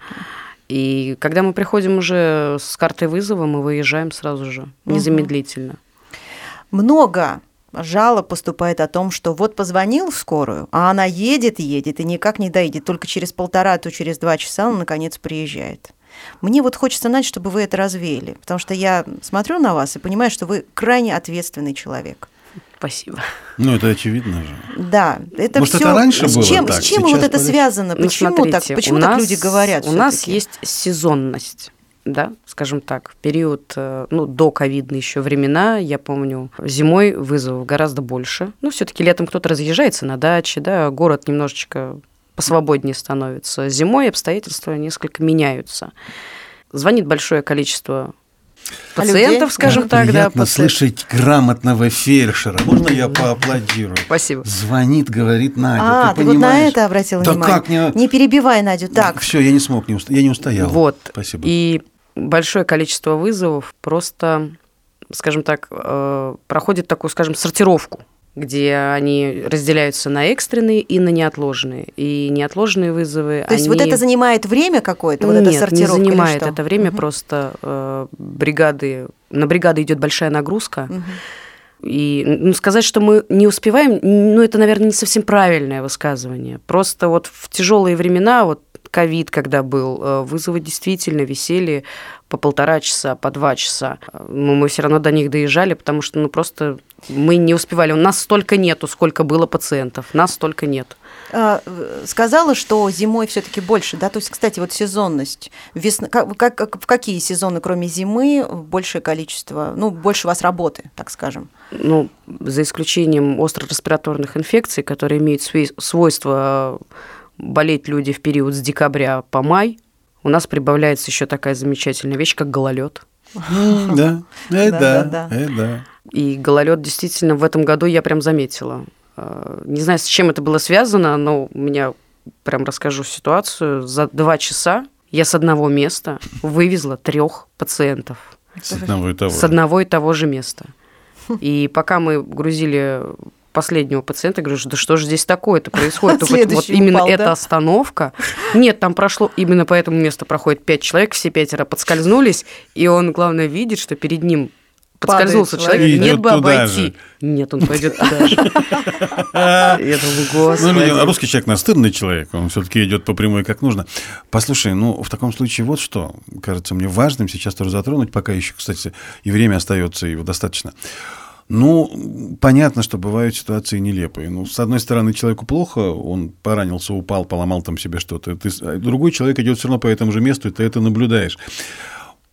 Speaker 4: И когда мы приходим уже с картой вызова, мы выезжаем сразу же, незамедлительно.
Speaker 2: Много жалоб поступает о том, что вот позвонил в скорую, а она едет, едет и никак не доедет. Только через полтора, а то через два часа он, наконец, приезжает. Мне вот хочется знать, чтобы вы это развеяли, потому что я смотрю на вас и понимаю, что вы крайне ответственный человек.
Speaker 4: Спасибо.
Speaker 3: ну это очевидно же.
Speaker 2: Да, это
Speaker 3: Может,
Speaker 2: всё-
Speaker 3: это раньше
Speaker 2: с
Speaker 3: было
Speaker 2: чем,
Speaker 3: так,
Speaker 2: С чем вот
Speaker 3: сейчас
Speaker 2: это
Speaker 3: полегче?
Speaker 2: связано?
Speaker 4: Ну,
Speaker 2: А Почему
Speaker 4: смотрите,
Speaker 2: так? Почему
Speaker 4: у
Speaker 2: так
Speaker 4: нас-
Speaker 2: люди говорят?
Speaker 4: У нас
Speaker 2: всё-таки?
Speaker 4: есть сезонность. Да, скажем так, в период, э, ну, до ковидные еще времена, я помню, зимой вызовов гораздо больше. Ну, все-таки летом кто-то разъезжается на даче, да, город немножечко посвободнее становится. Зимой обстоятельства несколько меняются. Звонит большое количество
Speaker 2: А
Speaker 4: пациентов,
Speaker 2: людей?
Speaker 4: скажем
Speaker 3: Как
Speaker 4: так, да.
Speaker 3: приятно
Speaker 4: паци-
Speaker 3: слышать грамотного фельдшера. Можно я поаплодирую?
Speaker 4: Спасибо.
Speaker 3: Звонит, говорит Надя.
Speaker 2: А, ты, вот на
Speaker 3: понимаешь?
Speaker 2: это обратила
Speaker 3: да
Speaker 2: внимание.
Speaker 3: Как не...
Speaker 2: Не перебивай, Надю. Так,
Speaker 3: Все, я не смог, не уст- я не устоял.
Speaker 4: Вот.
Speaker 3: Спасибо.
Speaker 4: И большое количество вызовов просто, скажем так, э, проходит такую, скажем, сортировку, где они разделяются на экстренные и на неотложные. И неотложные вызовы,
Speaker 2: то есть вот
Speaker 4: они-
Speaker 2: это занимает время какое-то, вот эта
Speaker 4: Нет,
Speaker 2: сортировка или
Speaker 4: не занимает
Speaker 2: что?
Speaker 4: это время,
Speaker 2: Мгм.
Speaker 4: просто э, бригады, на бригады идет большая нагрузка,
Speaker 2: Мгм.
Speaker 4: и ну, сказать, что мы не успеваем, ну, это, наверное, не совсем правильное высказывание. Просто вот в тяжелые времена, вот ковид, когда был, э, вызовы действительно висели по полтора часа, по два часа. Но мы все равно до них доезжали, потому что, ну, просто мы не успевали. У нас столько нету, сколько было пациентов. Нас столько нет.
Speaker 2: А, э, Сказала, что зимой все-таки больше, да? То есть, кстати, вот сезонность. Весна, как, как- как- в какие сезоны, кроме зимы, большее количество, ну, больше у вас работы, так скажем?
Speaker 4: ну, за исключением остро-респираторных инфекций, э, которые имеют свей- свойство болеть люди в период с декабря по май, У нас прибавляется еще такая замечательная вещь, как гололед.
Speaker 3: Да,
Speaker 2: Да,
Speaker 3: э, да,
Speaker 2: да, да.
Speaker 3: э, да.
Speaker 4: И гололед действительно в этом году я прям заметила. Э, Не знаю, с чем это было связано, но у меня прям расскажу ситуацию. За два часа я с одного места вывезла трех пациентов.
Speaker 3: С одного и того.
Speaker 4: С
Speaker 3: же.
Speaker 4: одного и того же места. И пока мы грузили последнего пациента, говорю, да что же здесь такое-то происходит? Ну, хоть Вот
Speaker 2: Следующий
Speaker 4: именно
Speaker 2: упал,
Speaker 4: эта
Speaker 2: да?
Speaker 4: остановка. Нет, там прошло, именно по этому месту проходит пять человек, все пятеро подскользнулись, и он, главное, видит, что перед ним
Speaker 2: Падает
Speaker 4: подскользнулся
Speaker 2: человек.
Speaker 4: человек,
Speaker 3: И
Speaker 4: нет
Speaker 3: идет
Speaker 4: бы
Speaker 3: туда
Speaker 4: обойти.
Speaker 3: же.
Speaker 4: Нет, он пойдет туда же. Я думаю,
Speaker 3: Ну, люди-
Speaker 4: господи.
Speaker 3: русский человек настырный человек, он все-таки идет по прямой как нужно. Послушай, ну в таком случае вот что кажется мне важным сейчас тоже затронуть, пока еще, кстати, и время остается его достаточно. Ну, понятно, что бывают ситуации нелепые. Ну, с одной стороны, человеку плохо, он поранился, упал, поломал там себе что-то. Ты с- а другой человек идет все равно по этому же месту, и ты это наблюдаешь.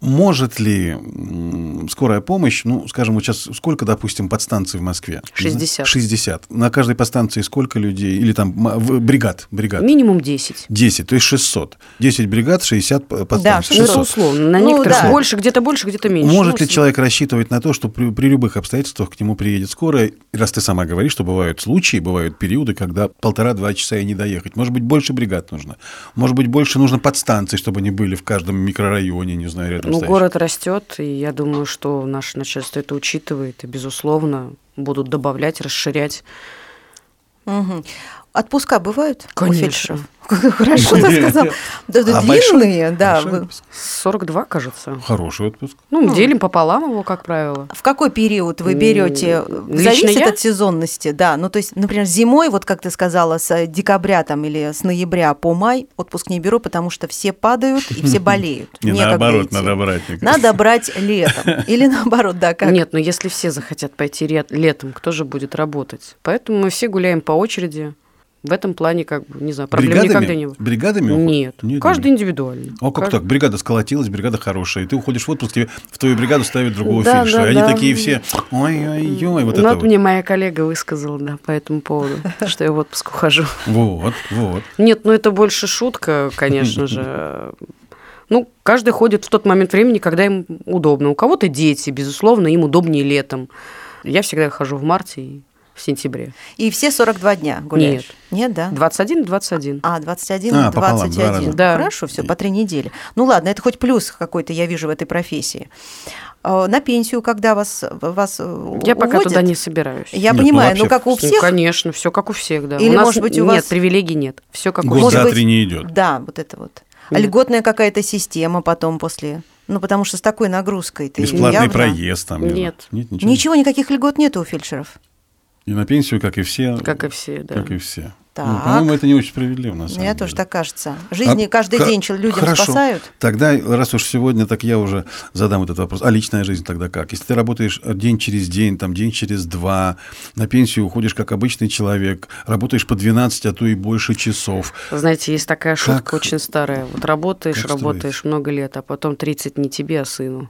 Speaker 3: Может ли м, скорая помощь, ну, скажем, вот сейчас сколько, допустим, подстанций в Москве?
Speaker 4: 60.
Speaker 3: 60. На каждой подстанции сколько людей? Или там м, в- бригад? бригад.
Speaker 4: Минимум 10.
Speaker 3: 10, то есть 600. 10 бригад, 60 п- подстанций.
Speaker 4: Ну, это
Speaker 3: 600.
Speaker 4: условно. На
Speaker 2: Ну,
Speaker 4: некоторых
Speaker 2: да.
Speaker 4: больше, где-то больше, где-то меньше.
Speaker 3: Может
Speaker 4: Ну,
Speaker 3: ли человек рассчитывать на то, что при, при любых обстоятельствах к нему приедет скорая? И Раз ты сама говоришь, что бывают случаи, бывают периоды, когда полтора-два часа и не доехать. Может быть, больше бригад нужно. Может быть, больше нужно подстанций, чтобы они были в каждом микрорайоне, не знаю, рядом
Speaker 4: Ну,
Speaker 3: стоящих.
Speaker 4: город растет, и я думаю, что наше начальство это учитывает, и, безусловно, будут добавлять, расширять.
Speaker 2: Мгм. Отпуска бывают? у
Speaker 4: Конечно.
Speaker 2: фельдшеров? Хорошо, ты сказал. Да, да,
Speaker 3: А большой-
Speaker 2: Длинные, да.
Speaker 3: большой
Speaker 2: вы-
Speaker 3: отпуск?
Speaker 4: 42, кажется.
Speaker 3: Хороший отпуск.
Speaker 4: Ну, делим пополам его, как правило.
Speaker 2: В какой период вы
Speaker 4: М,
Speaker 2: берете?
Speaker 4: лично
Speaker 2: Зависит
Speaker 4: я?
Speaker 2: от сезонности, да. Ну, то есть, например, зимой, вот как ты сказала, с декабря там или с ноября по май отпуск не беру, потому что все падают и все болеют.
Speaker 3: Не,
Speaker 2: Некогда
Speaker 3: наоборот,
Speaker 2: идти.
Speaker 3: надо брать. мне кажется.
Speaker 2: Надо брать летом. Или наоборот, да, как?
Speaker 4: Нет, но если все захотят пойти ре- летом, кто же будет работать? Поэтому мы все гуляем по очереди. В этом плане, как бы, не знаю, проблем никогда
Speaker 3: Бригадами?
Speaker 4: не было.
Speaker 3: Бригадами? уходит?
Speaker 4: Нет, каждый индивидуально.
Speaker 3: О, как
Speaker 4: Кажд-
Speaker 3: так? Бригада сколотилась, бригада хорошая. И ты уходишь в отпуск, тебе в твою бригаду ставят другого
Speaker 4: Да,
Speaker 3: фельдшера.
Speaker 4: да,
Speaker 3: Они
Speaker 4: да.
Speaker 3: такие все, ой-ой-ой, вот
Speaker 4: ну,
Speaker 3: это
Speaker 4: вот
Speaker 3: вот.
Speaker 4: мне моя коллега высказала, да, по этому поводу, что я в отпуск ухожу.
Speaker 3: Вот, вот.
Speaker 4: Нет, ну это больше шутка, конечно же. Ну, каждый ходит в тот момент времени, когда им удобно. У кого-то дети, безусловно, им удобнее летом. Я всегда хожу в марте и в сентябре.
Speaker 2: И все 42 дня гуляешь? Нет, да.
Speaker 4: 21 21.
Speaker 2: А, 21,
Speaker 3: А, пополам, два
Speaker 2: 21.
Speaker 3: раза.
Speaker 4: Да.
Speaker 2: Хорошо, все, по три недели. Ну ладно, это хоть плюс какой-то я вижу в этой профессии. Э, На пенсию, когда вас, вас Я
Speaker 4: Я пока туда не собираюсь.
Speaker 2: Я
Speaker 3: Нет, ну,
Speaker 2: понимаю,
Speaker 3: вообще
Speaker 2: ну как у
Speaker 4: Ну,
Speaker 2: всех...
Speaker 4: конечно, все как у всех, да.
Speaker 2: Или,
Speaker 4: у нас
Speaker 2: может быть, у
Speaker 4: нет,
Speaker 2: вас-
Speaker 4: привилегий нет. Все как у
Speaker 3: Год
Speaker 4: всех.
Speaker 2: Может
Speaker 3: за
Speaker 2: быть,
Speaker 3: три не идет.
Speaker 2: Да, вот это вот. А
Speaker 4: Нет.
Speaker 2: льготная какая-то система потом после... Ну, потому что с такой нагрузкой ты
Speaker 3: Бесплатный
Speaker 2: явно-
Speaker 3: проезд там. не
Speaker 4: Нет.
Speaker 3: знаю. Нет, ничего.
Speaker 2: Ничего, никаких льгот нету у фельдшеров.
Speaker 3: И на пенсию, как и все.
Speaker 4: Как и все, да.
Speaker 3: Как и все. Ну,
Speaker 2: Так.
Speaker 3: по-моему, это не очень справедливо, на самом
Speaker 2: Мне
Speaker 3: деле.
Speaker 2: тоже так кажется. Жизни
Speaker 3: А,
Speaker 2: каждый
Speaker 3: ка-
Speaker 2: день чел- людям
Speaker 3: хорошо.
Speaker 2: спасают.
Speaker 3: Тогда, раз уж сегодня, так я уже задам этот вопрос. А личная жизнь тогда как? Если ты работаешь э, день через день, там день через два, на пенсию уходишь как обычный человек, работаешь по 12, а то и больше часов.
Speaker 4: Знаете, есть такая шутка
Speaker 3: Как-
Speaker 4: очень старая. Вот работаешь,
Speaker 3: как строить?
Speaker 4: работаешь много лет, а потом 30 не тебе, а сыну.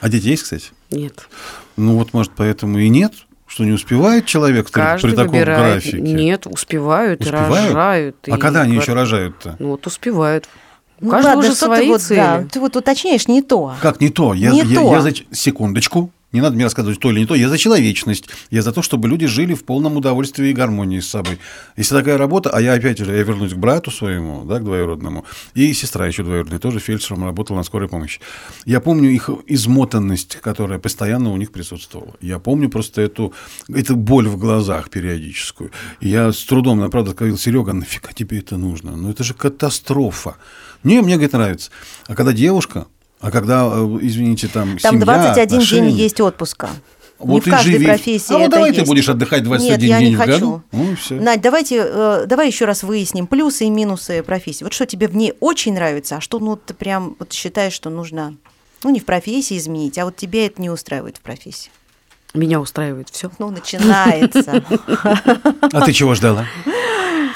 Speaker 3: А дети есть, кстати?
Speaker 4: Нет.
Speaker 3: Ну вот, может, поэтому и нет, что не успевает человек при-
Speaker 4: Каждый
Speaker 3: при таком
Speaker 4: выбирает.
Speaker 3: графике.
Speaker 4: Нет, успевают,
Speaker 3: Успевают?
Speaker 4: и рожают.
Speaker 3: А
Speaker 4: и
Speaker 3: когда они
Speaker 4: говорят,
Speaker 3: еще рожают-то?
Speaker 4: Ну вот успевают. У
Speaker 2: Ну
Speaker 4: каждого
Speaker 2: ладно,
Speaker 4: уже
Speaker 2: что
Speaker 4: свои
Speaker 2: ты вот,
Speaker 4: цели.
Speaker 2: да, ты вот уточняешь не то.
Speaker 3: Как не то? Я,
Speaker 2: Не
Speaker 3: я-
Speaker 2: то.
Speaker 3: я за ч- секундочку. Не надо мне рассказывать, то или не то. Я за человечность. Я за то, чтобы люди жили в полном удовольствии и гармонии с собой. Если такая работа, а я опять же, я вернусь к брату своему, да, к двоюродному, и сестра еще двоюродная, тоже фельдшером работала на скорой помощи. Я помню их измотанность, которая постоянно у них присутствовала. Я помню просто эту, эту боль в глазах периодическую. И я с трудом, правда, сказал, Серега, нафига тебе это нужно? Ну, это же катастрофа. Не, мне, говорит, нравится. А когда девушка, а когда, э, извините, там
Speaker 2: Там
Speaker 3: семья,
Speaker 2: 21
Speaker 3: отношения,
Speaker 2: день есть отпуска.
Speaker 3: вот
Speaker 2: не в
Speaker 3: и
Speaker 2: каждой
Speaker 3: живи.
Speaker 2: профессии
Speaker 3: А вот
Speaker 2: это
Speaker 3: давай ты
Speaker 2: есть.
Speaker 3: будешь отдыхать 21
Speaker 2: Нет, я
Speaker 3: день
Speaker 2: не
Speaker 3: в
Speaker 2: хочу.
Speaker 3: году. Ну, и все.
Speaker 2: Надь, давайте, э, давай еще раз выясним плюсы и минусы профессии. Вот что тебе в ней очень нравится, а что ну ты прям вот считаешь, что нужно, ну не в профессии изменить, а вот тебя это не устраивает в профессии.
Speaker 4: Меня устраивает все.
Speaker 2: Ну начинается.
Speaker 3: А ты чего ждала?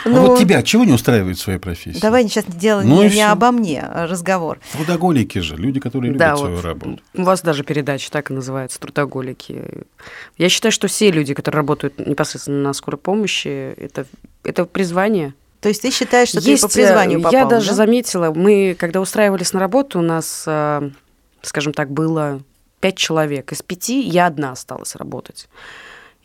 Speaker 3: А
Speaker 2: Ну,
Speaker 3: вот тебя чего не устраивает в своей профессии?
Speaker 2: Давай сейчас делаем
Speaker 3: Ну и
Speaker 2: не,
Speaker 3: всё.
Speaker 2: обо мне а разговор.
Speaker 3: Трудоголики же, люди, которые любят
Speaker 4: Да,
Speaker 3: свою
Speaker 4: вот.
Speaker 3: работу.
Speaker 4: У вас даже передача так и называется «Трудоголики». Я считаю, что все люди, которые работают непосредственно на скорой помощи, это, это призвание.
Speaker 2: То есть ты считаешь, что ты по призванию попал?
Speaker 4: э, Я даже
Speaker 2: да?
Speaker 4: заметила, мы, когда устраивались на работу, у нас, э, скажем так, было пять человек. Из пяти я одна осталась работать.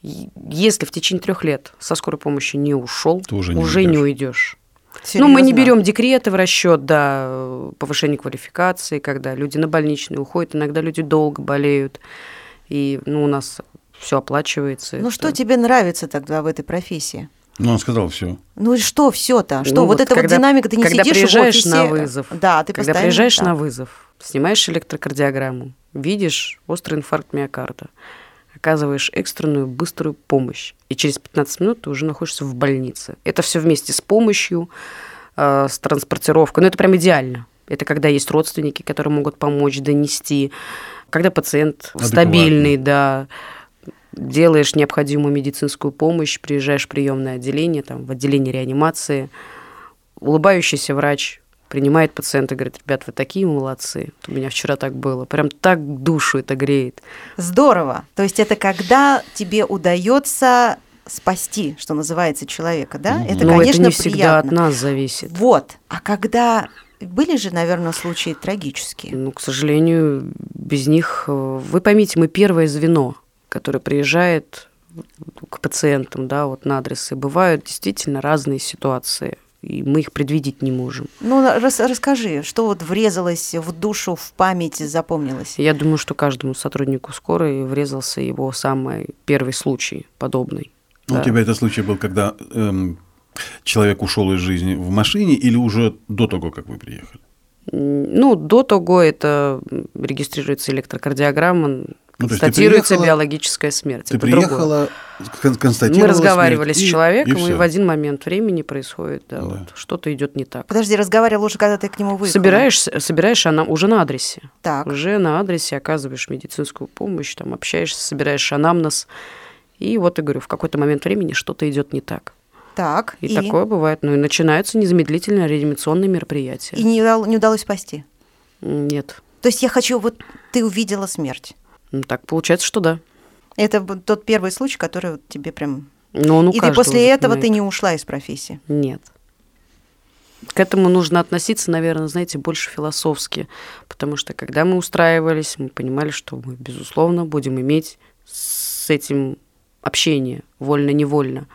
Speaker 4: И Если в течение трех лет со скорой помощи не ушел,
Speaker 3: То уже не
Speaker 4: не
Speaker 3: уйдешь.
Speaker 4: уйдешь. Ну, мы не
Speaker 2: Серьёзно?
Speaker 4: берем декреты в расчет, да, э, повышение квалификации, когда люди на больничные уходят, иногда люди долго болеют, и ну, у нас все оплачивается.
Speaker 2: Ну
Speaker 4: это-
Speaker 2: что тебе нравится тогда в этой профессии?
Speaker 3: Ну, он сказал все.
Speaker 2: Ну и что все-то? Что
Speaker 4: Ну,
Speaker 2: вот,
Speaker 4: вот
Speaker 2: эта
Speaker 4: когда-
Speaker 2: вот динамика, ты не
Speaker 4: когда
Speaker 2: сидишь
Speaker 4: приезжаешь
Speaker 2: в офисе.
Speaker 4: на вызов.
Speaker 2: Да, ты
Speaker 4: Когда
Speaker 2: постоянно
Speaker 4: приезжаешь
Speaker 2: там.
Speaker 4: на вызов, снимаешь электрокардиограмму, видишь острый инфаркт миокарда, оказываешь экстренную быструю помощь, и через 15 минут ты уже находишься в больнице. Это все вместе с помощью, э, с транспортировкой. Ну, это прям идеально. Это когда есть родственники, которые могут помочь донести, когда пациент
Speaker 3: Адекватный.
Speaker 4: стабильный, да, делаешь необходимую медицинскую помощь, приезжаешь в приемное отделение, там, в отделение реанимации, улыбающийся врач принимает пациента, говорит, ребят, вы такие молодцы, у меня вчера так было, прям так душу это греет.
Speaker 2: Здорово. То есть это когда тебе удается спасти, что называется, человека, да? Это,
Speaker 4: Но
Speaker 2: конечно,
Speaker 4: Ну, это не всегда от
Speaker 2: приятно.
Speaker 4: нас зависит.
Speaker 2: Вот. А когда были же, наверное, случаи трагические.
Speaker 4: Ну, к сожалению, без них, э, вы поймите, мы первое звено, которое приезжает к пациентам, да, вот на адрес, и бывают действительно разные ситуации, и мы их предвидеть не можем.
Speaker 2: Ну, рас- расскажи, что вот врезалось в душу, в память, запомнилось?
Speaker 4: Я думаю, что каждому сотруднику скорой врезался его самый первый случай подобный.
Speaker 3: Ну,
Speaker 4: Да.
Speaker 3: У тебя этот случай был, когда эм, человек ушел из жизни в машине или уже до того, как вы приехали?
Speaker 4: М, Ну, до того это м, регистрируется электрокардиограмма,
Speaker 3: Ну, ты
Speaker 4: констатируется
Speaker 3: приехала-
Speaker 4: биологическая смерть.
Speaker 3: Ты
Speaker 4: это другое.
Speaker 3: приехала, кон- констатировала
Speaker 4: Мы разговаривали
Speaker 3: смерть,
Speaker 4: с
Speaker 3: и-
Speaker 4: человеком, и,
Speaker 3: всё.
Speaker 4: в один момент времени происходит, да,
Speaker 3: Да.
Speaker 4: вот, что-то идет не так.
Speaker 2: Подожди, разговаривал уже, когда ты к нему выехал.
Speaker 4: Собираешься, собираешь она уже на адресе.
Speaker 2: Так.
Speaker 4: Уже на адресе оказываешь медицинскую помощь, там общаешься, собираешь анамнез. И вот я говорю, в какой-то момент времени что-то идет не так.
Speaker 2: Так.
Speaker 4: И, такое бывает. Ну и начинаются незамедлительно реанимационные мероприятия.
Speaker 2: И не, удал- не удалось спасти.
Speaker 4: Нет.
Speaker 2: То есть я хочу, вот ты увидела смерть.
Speaker 4: Ну, так получается, что да.
Speaker 2: Это б- тот первый случай, который вот тебе прям...
Speaker 4: Но Ну, он у
Speaker 2: и ты
Speaker 4: каждого
Speaker 2: после этого ты
Speaker 4: запоминает.
Speaker 2: не ушла из профессии.
Speaker 4: Нет. К этому нужно относиться, наверное, знаете, больше философски. Потому что, когда мы устраивались, мы понимали, что мы, безусловно, будем иметь с этим общение, вольно-невольно.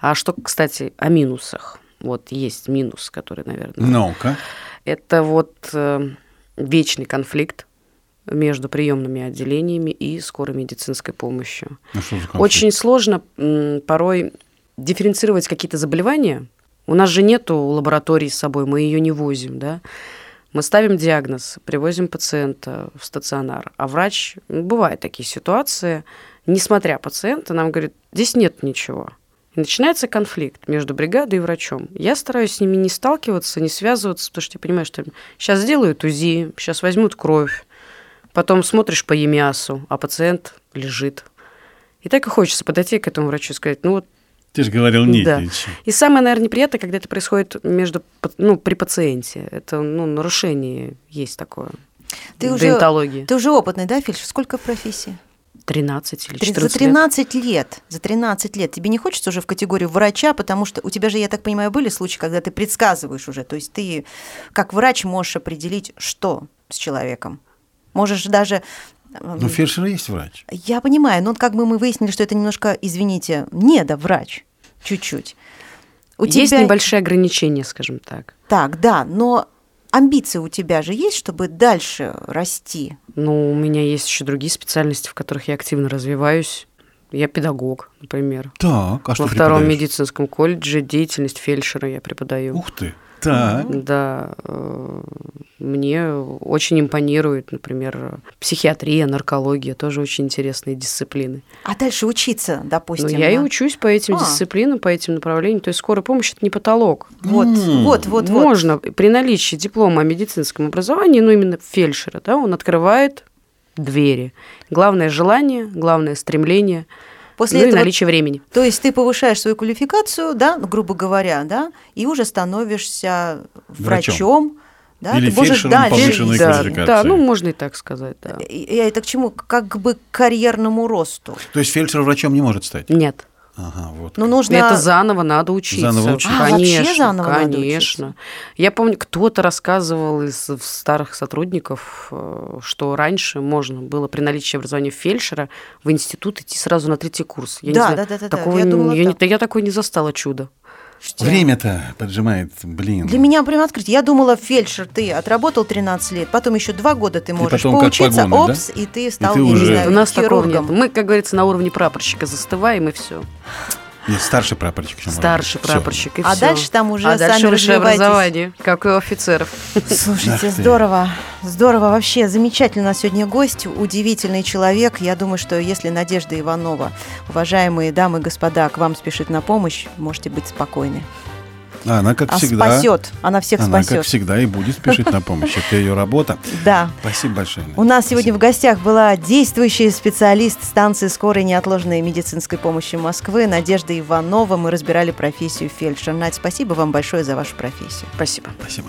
Speaker 4: А что, кстати, о минусах? Вот есть минус, который, наверное...
Speaker 3: Ну-ка.
Speaker 4: Это вот э, вечный конфликт между приемными отделениями и скорой медицинской помощью.
Speaker 3: Ну, что за конфликт?
Speaker 4: Очень сложно м, порой дифференцировать какие-то заболевания. У нас же нету лаборатории с собой, мы ее не возим, да. Мы ставим диагноз, привозим пациента в стационар, а врач, ну, бывают такие ситуации, несмотря пациента, нам говорит, здесь нет ничего. И начинается конфликт между бригадой и врачом. Я стараюсь с ними не сталкиваться, не связываться, потому что я понимаю, что сейчас сделают УЗИ, сейчас возьмут кровь, потом смотришь по ЕМИАСу, а пациент лежит. И так и хочется подойти к этому врачу и сказать, ну вот
Speaker 3: Ты же говорил, нет
Speaker 4: Да.
Speaker 3: ничего.
Speaker 4: и самое, наверное, неприятное, когда это происходит между, па- ну, при пациенте. Это ну, нарушение есть такое.
Speaker 2: Ты
Speaker 4: Ты
Speaker 2: уже-
Speaker 4: Деонтологии.
Speaker 2: Ты уже опытный, да, фельдшер? Сколько в профессии?
Speaker 4: 13 или
Speaker 2: Три-
Speaker 4: 14
Speaker 2: За
Speaker 4: лет.
Speaker 2: 13 лет. За 13 лет. Тебе не хочется уже в категорию врача, потому что у тебя же, я так понимаю, были случаи, когда ты предсказываешь уже. То есть ты, как врач, можешь определить, что с человеком. Можешь даже... эм,
Speaker 3: Ну, фельдшер есть врач.
Speaker 2: Я понимаю, но вот как бы мы выяснили, что это немножко, извините, не да врач, чуть-чуть. У
Speaker 4: Есть
Speaker 2: тебя
Speaker 4: небольшие ограничения, скажем так.
Speaker 2: так, да, но амбиции у тебя же есть, чтобы дальше расти.
Speaker 4: Но у меня есть еще другие специальности, в которых я активно развиваюсь. Я педагог, например.
Speaker 3: Так, а что
Speaker 4: Во втором
Speaker 3: преподаешь?
Speaker 4: медицинском колледже деятельность фельдшера я преподаю.
Speaker 3: Ух ты. Так.
Speaker 4: Да, э, мне очень импонирует, например, психиатрия, наркология, тоже очень интересные дисциплины.
Speaker 2: А дальше учиться, допустим.
Speaker 4: Ну, я и
Speaker 2: на-
Speaker 4: учусь по этим
Speaker 2: А.
Speaker 4: дисциплинам, по этим направлениям. То есть скорая помощь это не потолок.
Speaker 2: Вот,
Speaker 3: М.
Speaker 2: вот, вот, вот.
Speaker 4: Можно при наличии диплома о медицинском образовании, ну именно фельдшера, да, он открывает двери. Главное желание, главное стремление,
Speaker 2: После
Speaker 4: ну и
Speaker 2: этого,
Speaker 4: наличие времени.
Speaker 2: то есть ты повышаешь свою квалификацию, да, ну, грубо говоря, да, и уже становишься
Speaker 3: Врачом.
Speaker 2: врачом, да,
Speaker 3: Или
Speaker 2: ты можешь
Speaker 3: фельдшером
Speaker 2: дальше
Speaker 3: повышенной
Speaker 2: идти.
Speaker 4: да,
Speaker 3: квалификации.
Speaker 4: да, ну можно и так сказать, да.
Speaker 2: И- и это к чему? Как бы к карьерному росту.
Speaker 3: То есть фельдшер врачом не может стать?
Speaker 4: Нет.
Speaker 3: Ага, вот.
Speaker 2: Ну,
Speaker 3: как.
Speaker 2: нужно...
Speaker 4: Это заново надо учиться.
Speaker 3: Заново учиться.
Speaker 2: А, вообще
Speaker 4: Конечно,
Speaker 2: заново надо
Speaker 4: конечно. Я помню, кто-то рассказывал из старых сотрудников, э, что раньше можно было при наличии образования фельдшера в институт идти сразу на третий курс. Я не
Speaker 2: Да,
Speaker 4: знаю,
Speaker 2: да, да, да, да.
Speaker 4: такого
Speaker 2: Я
Speaker 4: не-
Speaker 2: думала
Speaker 4: я не-
Speaker 2: так.
Speaker 4: да я такое не застала чудо.
Speaker 3: Время-то поджимает, блин.
Speaker 2: ну, Для меня прям открыть. Я думала, фельдшер, ты отработал 13 лет, потом еще два года ты можешь
Speaker 3: потом как
Speaker 2: поучиться,
Speaker 3: погоны, да?
Speaker 2: опс, и ты стал,
Speaker 3: ты
Speaker 2: я не
Speaker 3: уже-
Speaker 2: знаю,
Speaker 4: У нас такого нет.
Speaker 2: хирургом.
Speaker 4: Мы, как говорится, на уровне прапорщика застываем и все.
Speaker 3: Нет, старший прапорщик. чем
Speaker 4: Старший
Speaker 3: Всё.
Speaker 4: прапорщик и
Speaker 2: А
Speaker 4: всё.
Speaker 2: дальше там уже
Speaker 4: а дальше
Speaker 2: сами
Speaker 4: высшее
Speaker 2: развивайтесь.
Speaker 4: образование, как и у офицеров.
Speaker 3: Ах
Speaker 2: Слушайте,
Speaker 3: ты.
Speaker 2: здорово, здорово вообще, замечательный у нас сегодня гость, удивительный человек. Я думаю, что если Надежда Иванова, уважаемые дамы и господа, к вам спешит на помощь, можете быть спокойны.
Speaker 3: А она, как
Speaker 2: а
Speaker 3: всегда...
Speaker 2: спасет, она всех
Speaker 3: Она, как
Speaker 2: спасет.
Speaker 3: всегда, и будет спешить на помощь. Это ее работа.
Speaker 2: Да.
Speaker 3: Спасибо большое. Надя.
Speaker 2: У нас сегодня в гостях была действующая специалист станции скорой и неотложной медицинской помощи Москвы Надежда Иванова. Мы разбирали профессию фельдшер. Надь, спасибо вам большое за вашу профессию.
Speaker 4: Спасибо.
Speaker 3: Спасибо.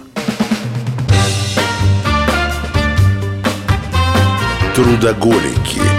Speaker 1: Трудоголики.